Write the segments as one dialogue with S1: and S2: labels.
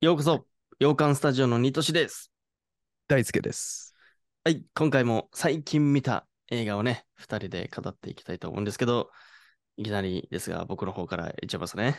S1: ようこそ、洋館スタジオのニトシです。
S2: 大輔です。
S1: はい、今回も最近見た映画をね、二人で語っていきたいと思うんですけど、いきなりですが、僕の方から言っちゃいますね。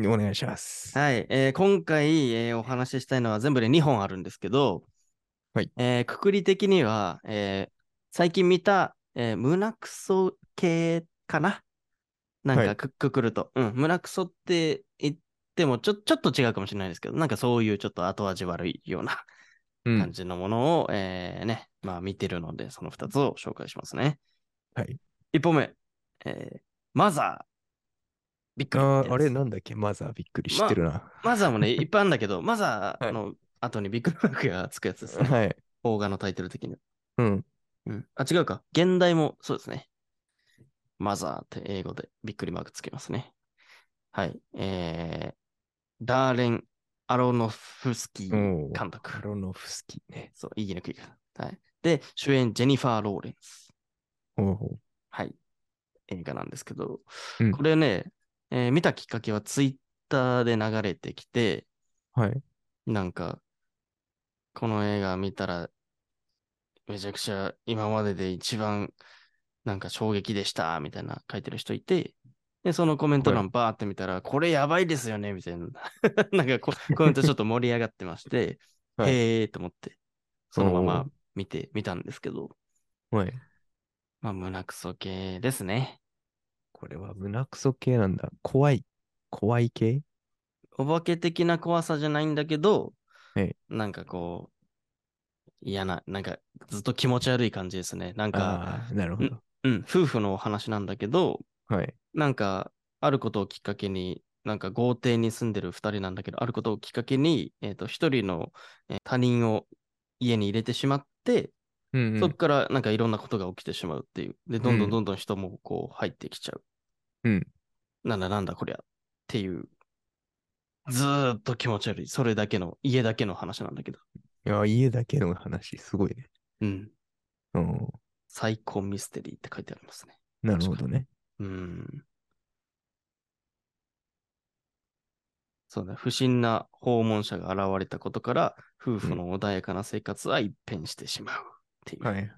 S2: お願いします。
S1: はい、えー今回、えーお話ししたいのは全部で2本あるんですけど、
S2: はい
S1: えーくくり的には、えー最近見た、えー胸クソ系かななん
S2: は
S1: か
S2: い
S1: く,、くくると。うん、胸クソって言ってもちょ、ちょっと違うかもしれないですけど、なんかそういうちょっと後味悪いような
S2: うん
S1: 感じのものを、えーね、まあ見てるので、その2つを紹介しますね。
S2: はい。
S1: 1本目、えーマザー。びっくり
S2: あ
S1: って
S2: ー
S1: や
S2: あ
S1: つ
S2: れなんだっけマザーびっくり知ってるな。
S1: マザーも ね、いっぱいあるんだけど、マザーの後にビッグマークがつくやつですね。
S2: はい。
S1: 邦画のタイトル的には。
S2: うん。
S1: うん。あ、違うか。現代もそうですね。マザーって英語でびっくりマークつけますね。はい。えー、ダーレン・アロノフスキー
S2: おー
S1: 監督
S2: カ。ロノフスキーね。
S1: そう、言いにくいから。はい。で、主演ジェニファー・ローレンス。
S2: おお。
S1: はい。映画なんですけど、
S2: うん
S1: これね、えー見たきっかけはツイッターで流れてきて、
S2: はい。
S1: なんか、この映画見たら、めちゃくちゃ今までで一番なんか衝撃でしたみたいな書いてる人いて、で、そのコメント欄バーって見たら、これやばいですよねみたいな、 なんかココメントちょっと盛り上がってまして、
S2: はい
S1: へーと思って、そのま
S2: お
S1: ま
S2: ー
S1: 見てみたんですけど、
S2: はい。
S1: まあ胸くそ系ですね。
S2: これは胸クソ系なんだ。怖い。怖い系
S1: お化け的な怖さじゃないんだけど、
S2: え
S1: なんかこう、嫌な、なんかずっと気持ち悪い感じですね。なんか、
S2: ああー、なるほど。
S1: うん、夫婦のお話なんだけど、
S2: はい。
S1: なんか、あることをきっかけに、なんか豪邸に住んでる二人なんだけど、あることをきっかけに、えっと、一人の、えー他人を家に入れてしまって、
S2: うん、う
S1: そこ
S2: ん。
S1: からなんかいろんなことが起きてしまうっていう。で、どんど
S2: うんん
S1: どんどん人もこう入ってきちゃう。
S2: うん。
S1: なんだなんだこりゃっていう。ずーっと気持ち悪い。それだけの、家だけの話なんだけど。
S2: いや、家だけの話、すごいね。
S1: うん。
S2: うん。
S1: 最高ミステリーって書いてありますね。
S2: なるほどね。
S1: うん。そうだ、不審な訪問者が現れたことから、夫婦の穏やかな生活は一変してしまうってい
S2: はいうはい。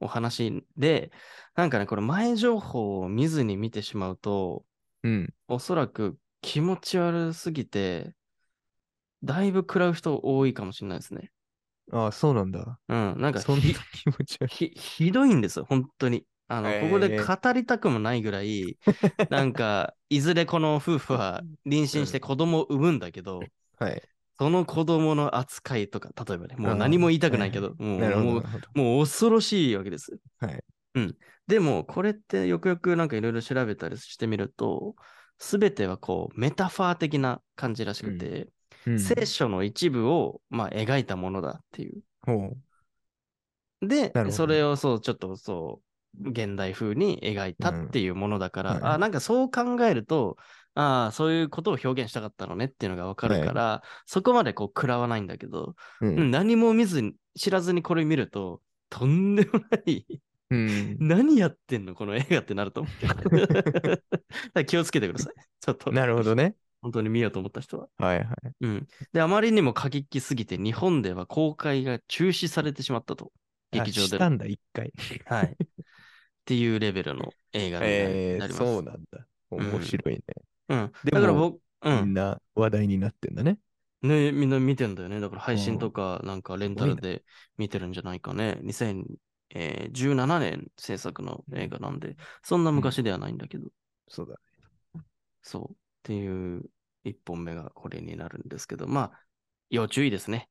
S1: お話で、なんかね、これ前情報を見ずに見てしまうと、
S2: うん。
S1: おそらく気持ち悪すぎて、だいぶ食らう人多いかもしれないですね。
S2: ああ、そうなんだ。
S1: うん、なんか
S2: そんな
S1: ひ
S2: 気持ち悪い。
S1: ひひどいんですよ、本当に。あの、
S2: えー
S1: ここで語りたくもないぐらい、 なんか、いずれこの夫婦は妊娠して子供を産むんだけど、
S2: はい。
S1: その子供の扱いとか、例えばね、もう
S2: あー
S1: 何も言いたくないけど、もう
S2: なるほど。
S1: も
S2: な
S1: う
S2: るほど
S1: もう恐ろしいわけです。
S2: はい。
S1: うん。でも、これってよくよくなんかいろいろ調べたりしてみると、すべてはこう、メタファー的な感じらしくて、
S2: うん
S1: 聖書の一部を、まあ、描いたものだっていう
S2: ほう
S1: で
S2: なるほ、ど
S1: それをそう、ちょっとそう、現代風に描いたっていうものだから、
S2: うんはい
S1: あなんかそう考えると、ああ、そういうことを表現したかったのねっていうのがわかるから、そこまでこう食らわないんだけど、
S2: う
S1: うん
S2: ん。
S1: 何も見ずに、知らずにこれ見ると、とんでもない、
S2: うん。
S1: 何やってんのこの映画ってなると思う。だから 気をつけてください。ちょっと、
S2: なるほどね。
S1: 本当に見ようと思った人は。
S2: はいはい。
S1: うん。で、あまりにも過激すぎて、日本では公開が中止されてしまったと。劇場
S2: あ
S1: で
S2: し
S1: も
S2: た。んだ、一回。
S1: はい。っていうレベルの映画にな
S2: え
S1: な
S2: ー、
S1: ります。
S2: そうなんだ。面白いね。
S1: うん。
S2: で
S1: だ
S2: も
S1: から僕、う
S2: み
S1: ん
S2: ん。な話題になってんだね。
S1: ね、みんな見てんだよね。だから配
S2: う
S1: 信
S2: ん
S1: とか、なんかレンタルで見てるんじゃないかね。2017年制作の映画なんで、そんな昔ではないんだけど、
S2: そうだ。
S1: そう。っていう一本目がこれになるんですけど、まあ、要注意ですね。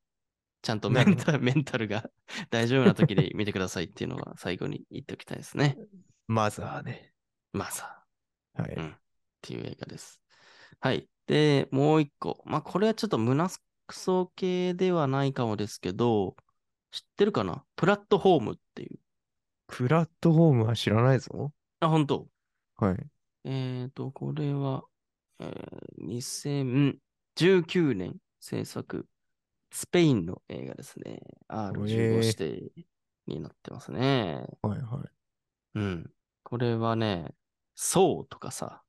S1: ちゃんとメンタルメンタルが 大丈夫な時に見てくださいっていうのは最後に言っておきたいですね。
S2: マザーね。
S1: まあさ。
S2: はい。
S1: うんっていう映画です。はい。で、もう一個。まあ、これはちょっと胸くそ系ではないかもですけど、知ってるかなプラットフォームっていう。
S2: プラットフォームは知らないぞ。
S1: あ、本当
S2: はい。
S1: えっ、ー、と、これは、えー2019年制作、スペインの映画ですね。R15
S2: えー
S1: 指定になってますね。
S2: はいはい。
S1: うん。これはね、そうとかさ、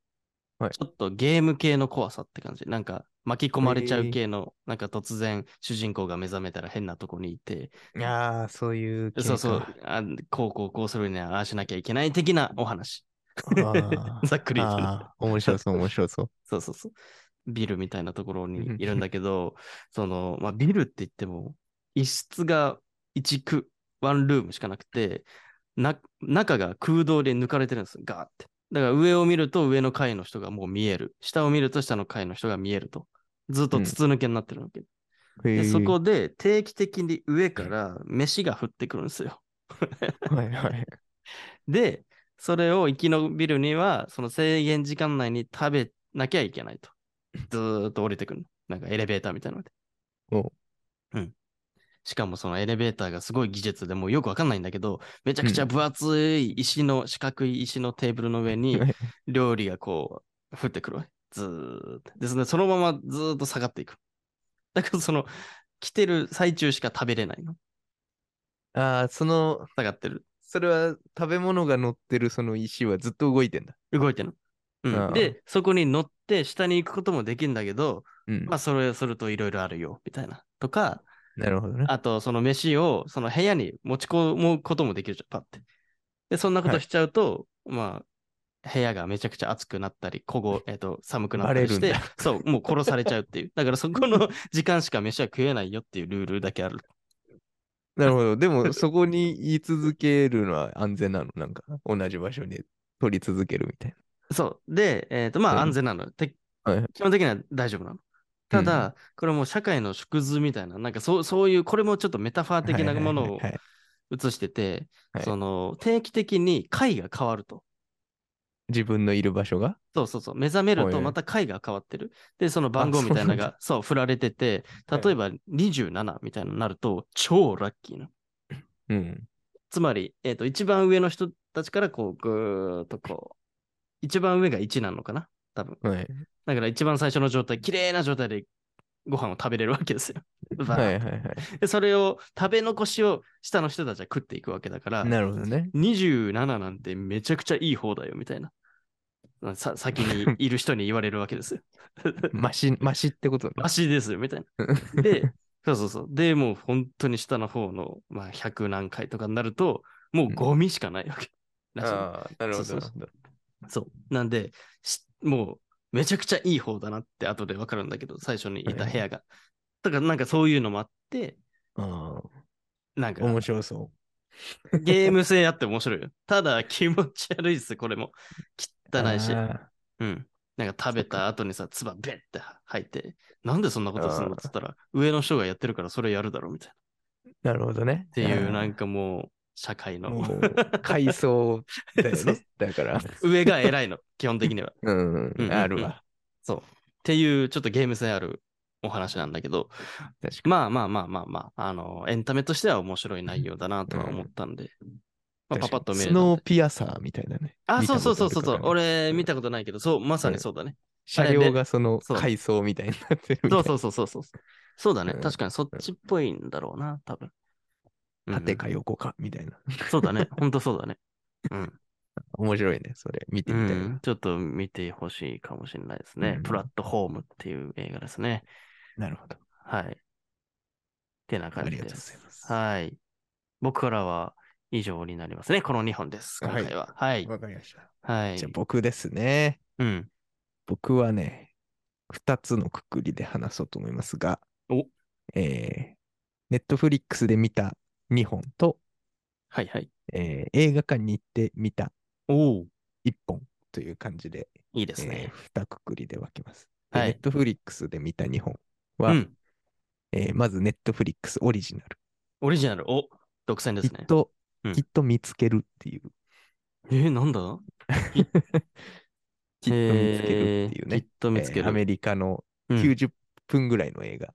S2: はい
S1: ちょっとゲーム系の怖さって感じ。なんか巻き込まれちゃう系の、なんか突然主人公が目覚めたら変なとこにいて、
S2: いやー、そういう系か。
S1: そうそう、あこうこうこうするにはああしなきゃいけない的なお話。
S2: あ ー
S1: ざっくり言うとね
S2: あー面白そう、面白そう。
S1: そうそうそう。ビルみたいなところに
S2: うん
S1: いるんだけど、その、まあ、ビルって言っても、一室が一区、ワンルームしかなくて、な、中が空洞で抜かれてるんです。ガーって。だから上を見ると上の階の人がもう見える。下を見ると下の階の人が見えると。ずっと筒抜けになってるわけ。
S2: へ
S1: で、
S2: ー
S1: そこで定期的に上から飯が降ってくるんですよ。
S2: はいはい。
S1: で、それを生き延びるには、その制限時間内に食べなきゃいけ ないと。ずーっと降りてくるの。なんかエレベーターみたいなので。
S2: お
S1: うん。しかもそのエレベーターがすごい技術でもうよくわかんないんだけど、めちゃくちゃ分厚い石の、四角い石のテーブルの上 に料理がこう降ってくるわけ。ずーっと。ですね、そのままずーっと下がっていく。だからその、来てる最中しか食べれないの。
S2: ああ、その、
S1: 下がってる。
S2: それは食べ物が乗ってるその石はずっと動いてんだ。
S1: 動いてるの。う
S2: あ
S1: ん、
S2: あ
S1: で、そこに乗って下に行くこともできるんだけど、
S2: うん。
S1: まあ、それをするといろいろあるよ、みたいな。とか、
S2: なるほどね。
S1: あと、その飯を、その部屋に持ち込むこともできるじゃん、パって。で、そんなこ
S2: は
S1: と
S2: い
S1: しちゃうと、まあ、部屋がめちゃくちゃ暑くなったり、こご、えっと、寒くなったりし
S2: バ
S1: て
S2: レるん、
S1: そう、もう殺されちゃうっていう。だから、そこの時間しか飯は食えないよっていうルールだけある。
S2: なるほど。で も、そこに居続けるのは安全なの。なんか、同じ場所に取り続けるみたい
S1: そう。で、えっと、ま
S2: うん
S1: あ、安全なのよ。て
S2: な。はい。
S1: 基本的には大丈夫なの。ただ、これもう社会の縮図みたいな、なんかそうそういう、これもちょっとメタファー的なものを
S2: はいはいはいはい
S1: 映してて、
S2: はい
S1: その定期的に回が変わると。
S2: 自分のいる場所が。
S1: そうそうそう。目覚める
S2: はい
S1: と
S2: はい
S1: また回が変わってる。で、その番号みたいなのが、そう、振られてて、
S2: はい
S1: 例えば27みたいなのになると、超ラッキーな。
S2: うん。
S1: つまり、えっ、と、一番上の人たちからこう、ぐーっとこう、一番上が1なのかな多分。
S2: はい。
S1: だから一番最初の状態、綺麗な状態でご飯を食べれるわけですよ。バーッ
S2: はい
S1: と
S2: はいは
S1: で、それを食べ残しを下の人たちは食っていくわけだから
S2: い。、なるほど ね。
S1: 27なんてめちゃくちゃいい方だよみたいな。さ先にいる人に言われるわけです よ。
S2: マシ、マシってことね。
S1: マシですよみたい な。で、そうそうそう。で、もう本当に下の方の、まあ、100何回とかになると、もうゴミしかないわけ。らしいの
S2: ああ、なるほど
S1: そう
S2: な
S1: そ
S2: る
S1: う
S2: ほど。
S1: そう。なんで、しもうめちゃくちゃいい方だなって後でわかるんだけど、最初にいた部屋が。だからなんかそういうのもあって、
S2: あ
S1: なんか
S2: あ、面白そ
S1: ゲーム性あって面白いよ。ただ気持ち悪いです、これも。
S2: う。
S1: 汚いし。
S2: あ
S1: うん。なんか食べた後にさ、唾べって吐いて、なんでそんなことするの
S2: あ
S1: っ
S2: ー
S1: つったら、上の人がやってるからそれやるだろみたいな。っ
S2: ーなるほどね。
S1: ていう、なん
S2: か。
S1: かもう、社会
S2: も
S1: の。
S2: う、階層だよ
S1: そう
S2: ね。だから。
S1: 上が偉いの、基本的には。っ
S2: うん
S1: う、ん
S2: あるわ。
S1: ていう、ちょっとゲーム性あるお話なんだけど、
S2: 確か
S1: まあまあまあまあまあ、あの、エンタメとしては面白い内容だなとは思ったんで、まあ、
S2: に。
S1: パパッと見れ
S2: ス
S1: るの
S2: ノ
S1: で
S2: ーピアサーみたいなね。
S1: あ、
S2: 見た
S1: そうそうそう
S2: こと
S1: そ
S2: あ
S1: うそ
S2: る
S1: う、
S2: かな
S1: 俺見たことないけど、そう、まさにそう だね。
S2: 車
S1: あれ
S2: 両
S1: で
S2: がその
S1: そう
S2: 階層みたいになってるみた
S1: そ
S2: いな
S1: うそうそうそうそう。そうだね。
S2: うん
S1: 確かにそっちっぽいんだろうな、多分。うんうん
S2: 縦か横かみたいな。
S1: そうだ ね。ほんとそうだね。うん。
S2: 面白いね、それ。見て
S1: う
S2: みたいな。
S1: ん、ちょっと見てほしいかもしれないですね。
S2: うん
S1: プラットフォームっていう映画ですね。
S2: なるほど。
S1: はい。ってな感じです。
S2: ありがとうございます
S1: はい。僕からは以上になりますね。この2本です。今
S2: はい
S1: 回は。はい。
S2: わかりました。
S1: はい
S2: じゃあ。僕ですね。
S1: うん。
S2: 僕はね、二つのくくりで話そうと思いますが、
S1: お
S2: えー、ネットフリックスで見た2本と、
S1: はいはい。
S2: えー映画館に行って見た
S1: おお。
S2: 1本という感じで、
S1: いいです
S2: えー
S1: ね。
S2: 二くくりで分けます。
S1: は
S2: ネ
S1: い
S2: ッ。トフリックスで見た2本
S1: う
S2: は、
S1: ん。
S2: えーまずネットフリックスオリジナル。
S1: オリジナル。お独占です
S2: き
S1: ね
S2: っ。と、
S1: うん
S2: きっと見つけるっていう。
S1: えー、なんだき
S2: きっと見つけるっていう
S1: えー
S2: ね
S1: きっ。と見つけ
S2: えー
S1: る。
S2: アメリカの
S1: うん
S2: 90分ぐらいの映画。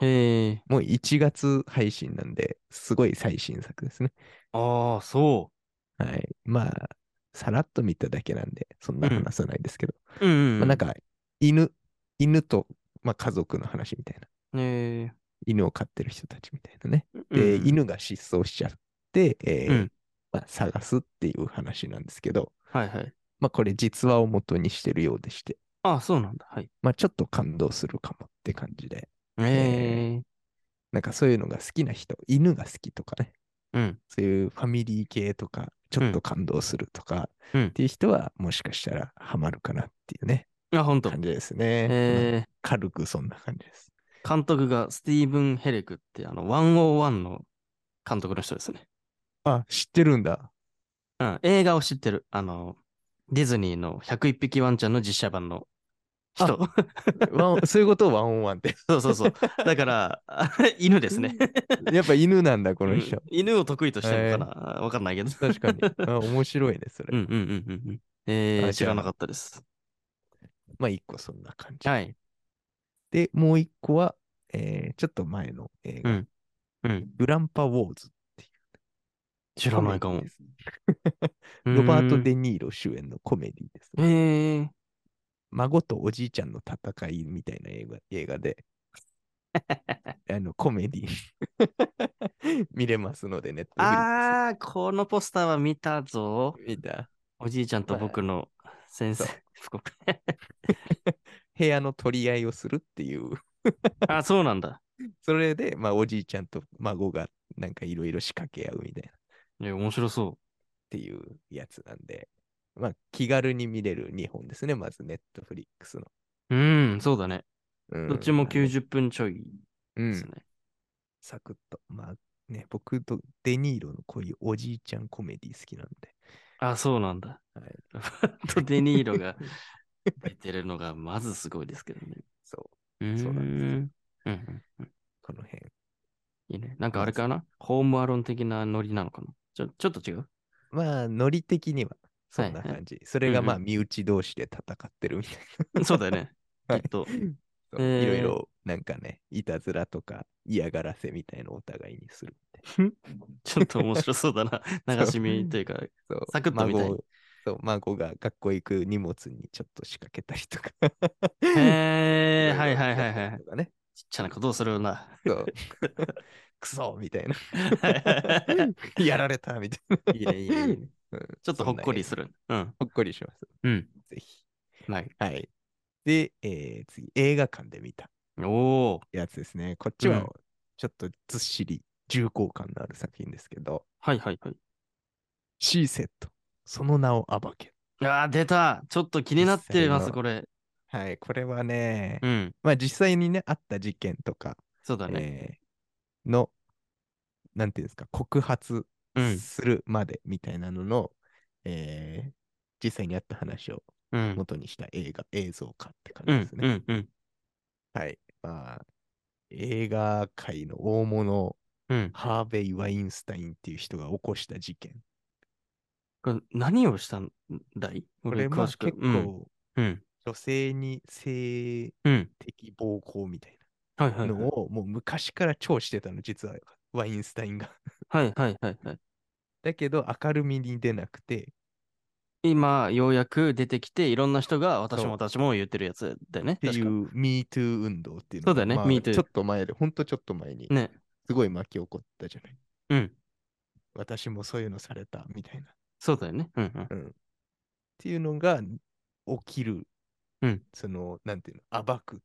S1: へえ。
S2: もう1月配信なんで、すごい最新作ですね。
S1: ああ、そ
S2: はい。まあ、さらっと見ただけなんで、そんな話さないですけど。
S1: う。うん、うん。
S2: まあ、なん、か、犬、犬と、まあ、家族の話みたいな。
S1: え
S2: 犬を飼ってる人たちみたいなね。
S1: ー、
S2: で、
S1: うん、
S2: 犬が失踪しちゃって、えー
S1: うん
S2: まあ、探すっていう話なんですけど、
S1: はいはい。
S2: まあ、これ実話を元にしてるようでして、
S1: あ、そうなんだ。はい。
S2: まあ、ちょっと感動するかもって感じで。
S1: ええ
S2: なんかそういうのが好きな人、犬が好きとかね、
S1: うん。
S2: そういうファミリー系とか、ちょっと感動するとか、
S1: うん
S2: っていう人は、もしかしたらハマるかなっていうね、
S1: あ、本当。
S2: 感じですね。うん
S1: ええ
S2: 軽くそんな感じです。
S1: 監督がスティーブン・ヘレクって、あの、101の監督の人ですね。
S2: あ、知ってるんだ。
S1: うん。映画を知ってる。あの、ディズニーの101匹ワンちゃんの実写版の人。
S2: ワ ンそういうことをワンオンワンって。
S1: そうそうそう。だから、 あ犬ですね。
S2: やっぱ犬なんだ、 この人
S1: うん。犬を得意としてるのかな、わかんないけど。
S2: 確 かに。あ面白いね、それ。
S1: うんうんうんうんうん。えー、
S2: あじ
S1: 知
S2: ゃあ
S1: らなかったです。
S2: まあ、一個そんな感じ。
S1: はい。
S2: で、もう一個は、えーちょっと前の映画、
S1: うんうん。
S2: グランパ・ウォーズ。
S1: 知らないかも
S2: コメディ。ですロバート・
S1: で
S2: デ・ニーロ主演のコメディです。
S1: えー、
S2: 孫とおじいちゃんの戦いみたいな映画映画 で、あの、コメディ 見れますのでね。Netflix
S1: あー、このポスターは見たぞ。
S2: 見た
S1: おじいちゃんと僕の先生
S2: そ。
S1: 福岡
S2: 部屋の取り合いをするっていう
S1: あ、そうなんだ。
S2: それで、まあ、おじいちゃんと孫がなんかいろいろ仕掛け合うみたいなっ
S1: え、面白そ
S2: ていうやつなんで、まあ、気軽に見れる2本ですね。まず、ネットフリックスの。
S1: う。うん、そうだね。
S2: うん
S1: どっちも90分ちょい
S2: うん
S1: ですね。
S2: サクッと。まあ、ね、僕とデニーロのこういうおじいちゃんコメディ好きなんで。
S1: あ、そうなんだ。
S2: はい
S1: ロバー ト・デ・ニーロ が出てるのがまずすごいですけどね。
S2: そう
S1: ー
S2: そうなんですよ
S1: ん。うんうん
S2: う、この辺。
S1: いいね。なんかあれかなホームアローン的なノリなのかなちょちょっと違う
S2: まあ、ノリ的にはそんな
S1: はいはい
S2: 感じ。それがまあ、
S1: うん
S2: 身内同士で戦ってるみたいな。
S1: そうだよね。き
S2: は
S1: っ
S2: い
S1: と。
S2: そう
S1: えー
S2: いろいろ、なんかね、いたずらとか嫌がらせみたいのをお互いにするみたいな。
S1: ちょっと面白そうだな。流し見というか。
S2: そう
S1: サクッと見たい
S2: 孫をそう孫が学校行く荷物にちょっと仕掛けたりとか。
S1: へえ、
S2: いろ
S1: はいい
S2: ろ
S1: はいは
S2: や
S1: い
S2: った
S1: は
S2: り
S1: い。
S2: とかね。
S1: ちっちゃなことをする な。
S2: そう。クソみたいな。
S1: い
S2: やられたみたいな。
S1: いね、いいね、いいね。
S2: うん
S1: ちょっとほっこり
S2: そんなね
S1: する。うん。
S2: ほっこりします。
S1: うん。
S2: ぜひ。
S1: はい。
S2: はい。で、えー次、映画館で見た
S1: おー。
S2: やつですね。こっち
S1: う
S2: は
S1: ん
S2: ちょっとずっしり重厚感のある作品ですけど、
S1: はいはいはい。
S2: シーセット、その名を暴け。
S1: ああ、出た。ちょっと気になってま
S2: 実際
S1: す、
S2: の
S1: これ。
S2: はい、これはね、
S1: うん。
S2: まあ実際にね、あった事件とか、
S1: そうだね。
S2: えーの、なんていうんですか、告発
S1: うん。
S2: するまでみたいなのの、えー実際にあった話を
S1: うん。
S2: 元にした映画、映像化って感
S1: う
S2: じで
S1: ん
S2: す。
S1: う
S2: ね。
S1: ん。うん。
S2: はい。まあ、映画界の大物、
S1: うん。
S2: ハーベイ・ワインスタインっていう人が起こした事件。
S1: これ何をしたんだい
S2: こ
S1: 俺
S2: れ、まあ
S1: 詳し
S2: 結
S1: く。
S2: 構、
S1: うん。うん。
S2: 女性に性
S1: うん。
S2: 的暴行みたい
S1: はいは
S2: ない
S1: はい。
S2: のを、もう昔から超してたの、実はワインスタインが。
S1: はいはいはいはい。
S2: だけど、明るみに出なくて、
S1: 今、ようやく出てきて、いろんな人が私
S2: そう
S1: も私も言ってるやつだよね。
S2: ってい
S1: 確か
S2: う MeToo 運動っていうの
S1: そうだよね
S2: まあ
S1: Me Too
S2: ちょっと前で、ほんとちょっと前に、
S1: ね。
S2: すごい巻き起こったじゃない。
S1: うん。
S2: 私もそういうのされたみたいな。っ
S1: そうだよね。うんうん。
S2: ていうのが起きる、
S1: うん
S2: その、なんていうの、暴くっ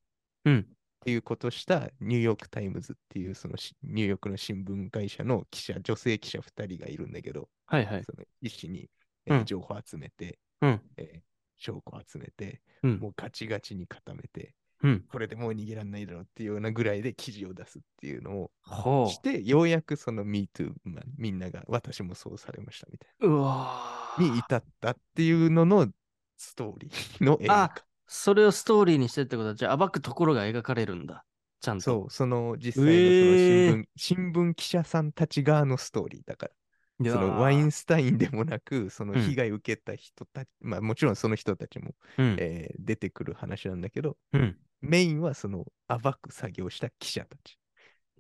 S1: うん。
S2: ていうことしたニューヨーク・タイムズっていう、そのしニューヨークの新聞会社の記者、女性記者2人がいるんだけど、
S1: はいはい。
S2: その一緒に、えー
S1: うん
S2: 情報集めて、
S1: うん。
S2: えー証拠集めて、
S1: うん
S2: もうガチガチに固めて、
S1: うん。
S2: これでもう逃げらんないだろうっていうようなぐらいで記事を出すっていうのを
S1: ほ。
S2: して、ようやくその MeToo、まあ、みんなが私もそうされましたみたいう
S1: うわ
S2: な。に
S1: ー
S2: 至ったっていうののストーリーの映画化。
S1: それをストーリーにしてってことは、じゃあ暴くところが描かれるんだ。ちゃんと。
S2: そう、その実際のその新聞、新聞記者さんたち側のストーリーだから。
S1: いやー
S2: そのワインスタインでもなく、その
S1: うん
S2: 被害受けた人たち、まあもちろんその人たちも、
S1: うん
S2: えー出てくる話なんだけど、
S1: うん
S2: メインはその暴く作業した記者たち、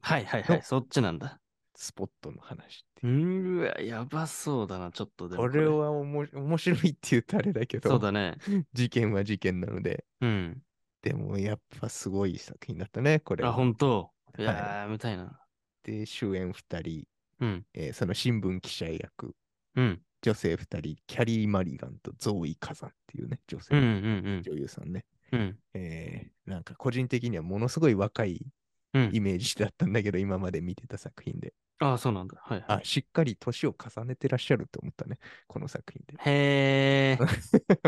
S1: はいはいはい。そっちなんだ。
S2: スポットの話って
S1: う
S2: い
S1: んうわ、やばそうだな、ちょっと
S2: う。
S1: でも
S2: これはおも面白いって言うとあれだけど、
S1: そうだね。
S2: 事件は事件なので、
S1: うん。
S2: でもやっぱすごい作品だったね、これ
S1: あ、
S2: は。
S1: 本当。い
S2: はい
S1: やー、みたいな。
S2: で、主演2人、
S1: うん。
S2: えーその新聞記者役、
S1: うん。
S2: 女性2人、キャリー・マリガンとゾーイ・カザンっていうね、女性
S1: うんうん
S2: の
S1: うん。
S2: 女優さんね。
S1: うん。
S2: えーなんか個人的にはものすごい若い
S1: うん
S2: イ。メージだったんだけど、今まで見てた作品で。
S1: ああ、そうなんだ。はい、は
S2: あ、しっかり年を重ねてらっしゃると思ったね、この作品で。
S1: い。へえ。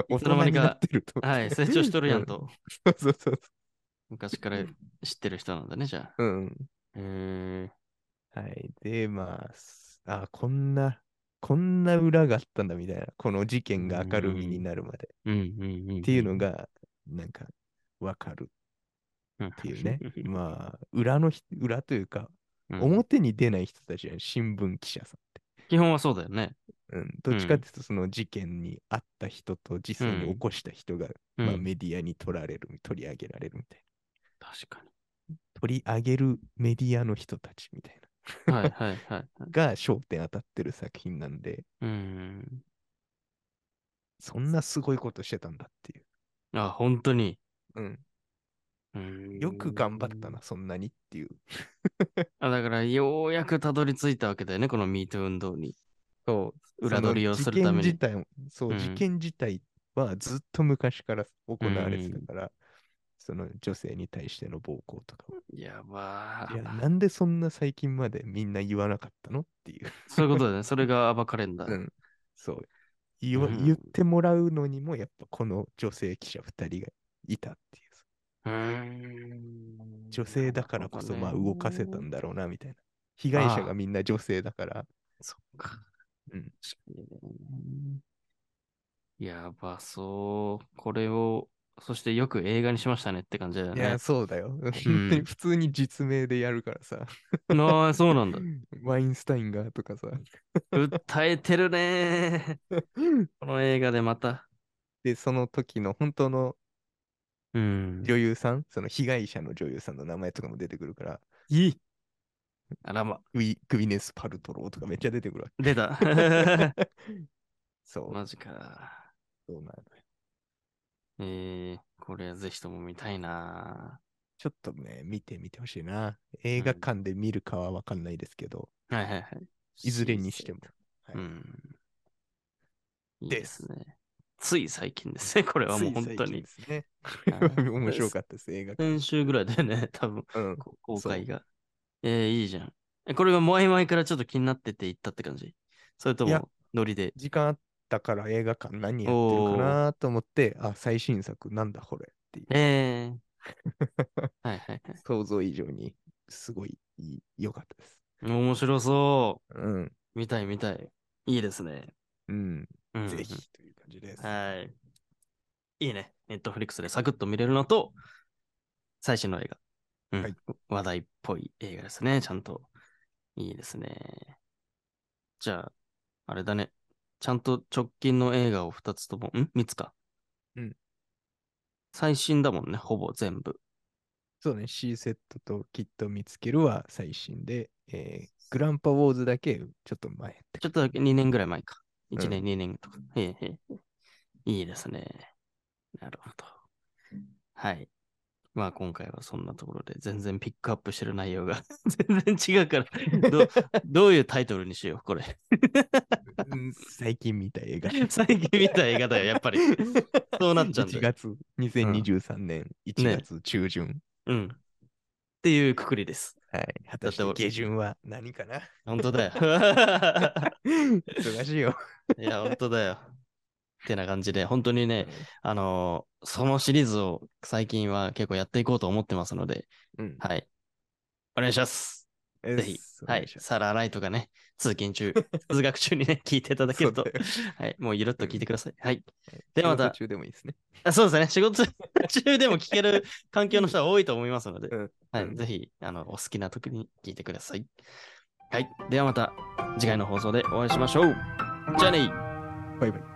S2: 大
S1: いつの間
S2: 人
S1: に
S2: に
S1: か
S2: なってると思っ
S1: は
S2: て
S1: い、成長しとるやん。と。
S2: うんそうそうそう
S1: 昔から知ってる人なんだね、じゃあ。
S2: そう。うん。
S1: へえ。
S2: はい。で、まあ、すあ、こんな、こんな裏があったんだみたいな、この事件が明るみになるまで
S1: うん、うん、うん。っ。
S2: っていうの、が、なんか、わかるっていうねまあ、裏のひ、裏というか、
S1: うん
S2: 表に出ない人たちやん新聞記者さんって。
S1: 基本はそうだよね。
S2: うん、どっちかっていうと、その事件にあった人と実際に
S1: うん
S2: 起こした人が、
S1: うん、
S2: まあ、メディアに取られる、取り上げられるみたいな。
S1: 確か
S2: 取り上げるメディアの人たちみたいな。
S1: に。はい、はい、はい。
S2: が焦点当たってる作品なんで、
S1: うん。
S2: そんなすごいことしてたんだっていう。
S1: あ、本当に。
S2: うん、
S1: うん
S2: よく頑張ったな、。そんなにっていう。
S1: あだから、ようやくたどり着いたわけだよね、この MeToo 運動に。
S2: そう
S1: 裏取りをするために
S2: 事件自体も、そう、
S1: うん
S2: 事件自体はずっと昔から行われてたから、その女性に対しての暴行とかを。
S1: やば
S2: いや、
S1: ー。
S2: なんでそんな最近までみんな言わなかったのっていう。
S1: そういうことだね。それが暴かれんだ。
S2: うんそう言わ
S1: うん
S2: 言ってもらうのにも、やっぱこの女性記者2人がいたっていう。
S1: うーん
S2: 女性だからこそ、まあ動かせたん
S1: だ。
S2: だろうな、みたいな。被害者
S1: ああ
S2: がみんな女性だから、
S1: そっか。
S2: うん
S1: 確かにねやばそう。これを、そしてよく映画にしましたねって感じだよ
S2: いや、
S1: ね。
S2: そうだよ。本当に普通に実名でやるからさ、
S1: なあ、そうなん だ。
S2: ワインスタインがとかさ。
S1: 訴えてるねー。 この映画でまた。
S2: で、その時の本当の
S1: うん。
S2: 女優さん、その被害者の女優さんの名前とかも出てくるから、
S1: いい。あらま、
S2: ウィグイネス・パルトローとかめっちゃ出てくるわ
S1: 出 た。
S2: け。 そう、
S1: マジか。
S2: そうなのよ
S1: えー、これはぜひとも見たいな
S2: ちょっとね、見てみてほしいな。映画館で見るかはわかんないですけど、
S1: ー。はいはいはい。
S2: いずれにしても。
S1: う
S2: はい
S1: ん。いいですね。つい最近ですね、これはもう本当
S2: つい最近
S1: に
S2: で。すね。
S1: はい
S2: 面白かったです、映画館。
S1: 先週ぐらいだよね、多分、
S2: うん。
S1: こ公開が。えー、いいじゃん。えこれが前々からちょっと気になってて行ったって感じそれと
S2: いや
S1: も、ノリで。
S2: 時間あったから映画館何やってるかなと思って、あ、最新作なんだこれっていう。
S1: えー。はいはいはい。
S2: 想像以上にすごいいい良かったです。
S1: 面白そ
S2: うん。
S1: う。見たい見たい。いいですね。
S2: うん。
S1: うん
S2: ぜひという感じです。
S1: はい。いいね。ネットフリックスでサクッと見れるのと、最新の映画。うん
S2: はい
S1: 話題っぽい映画ですね。ちゃんと。いいですね。じゃあ、あれだね。ちゃんと直近の映画を2つとも、ん ?3 つか。
S2: うん。
S1: 最新だもんね、ほぼ全部。
S2: そうね、シーセットとキット見つけるは最新で、えーグランパウォーズだけちょっと前って
S1: ちょっとだけ2年ぐらい前か。1年、
S2: うん
S1: 2年とか。へえへえいいですね。なるほど。はい。まあ今回はそんなところで全然ピックアップしてる内容が 全然違うから ど、どういうタイトルにしよう、これ。
S2: うん最近見た映画。
S1: 最近見た映画だよ、やっぱり。そうなっちゃうん
S2: 1
S1: だよ。
S2: 月、2023年1月中旬。
S1: うん。っていうくくりです。
S2: はい。果たして
S1: だって俺
S2: 下旬は何 かな
S1: 本当 だよ。
S2: 忙しいよ。
S1: いや、本当だよ。ってな感じで、本当にね、あのーそのシリーズを最近は結構やっていこうと思ってますので、
S2: うん。
S1: はい。お願いします。
S2: ぜ
S1: ぜひ、はい。サラ・ライトがね、通勤 中、通学中にね、聞いていただけ
S2: そう
S1: る
S2: だ
S1: と
S2: よ、
S1: はい。もうゆるっと聞いてください。はい。で、
S2: 仕
S1: ま
S2: 事
S1: た、
S2: 中でもいいですね。
S1: あそうですね、仕事中でも聞ける環境の人は多いと思いますので、
S2: うん
S1: はい、
S2: うん
S1: ぜひあの、お好きな時に聞いてください。はい。ではまた、次回の放送でお会いしましょう。じゃあね
S2: バイバイ。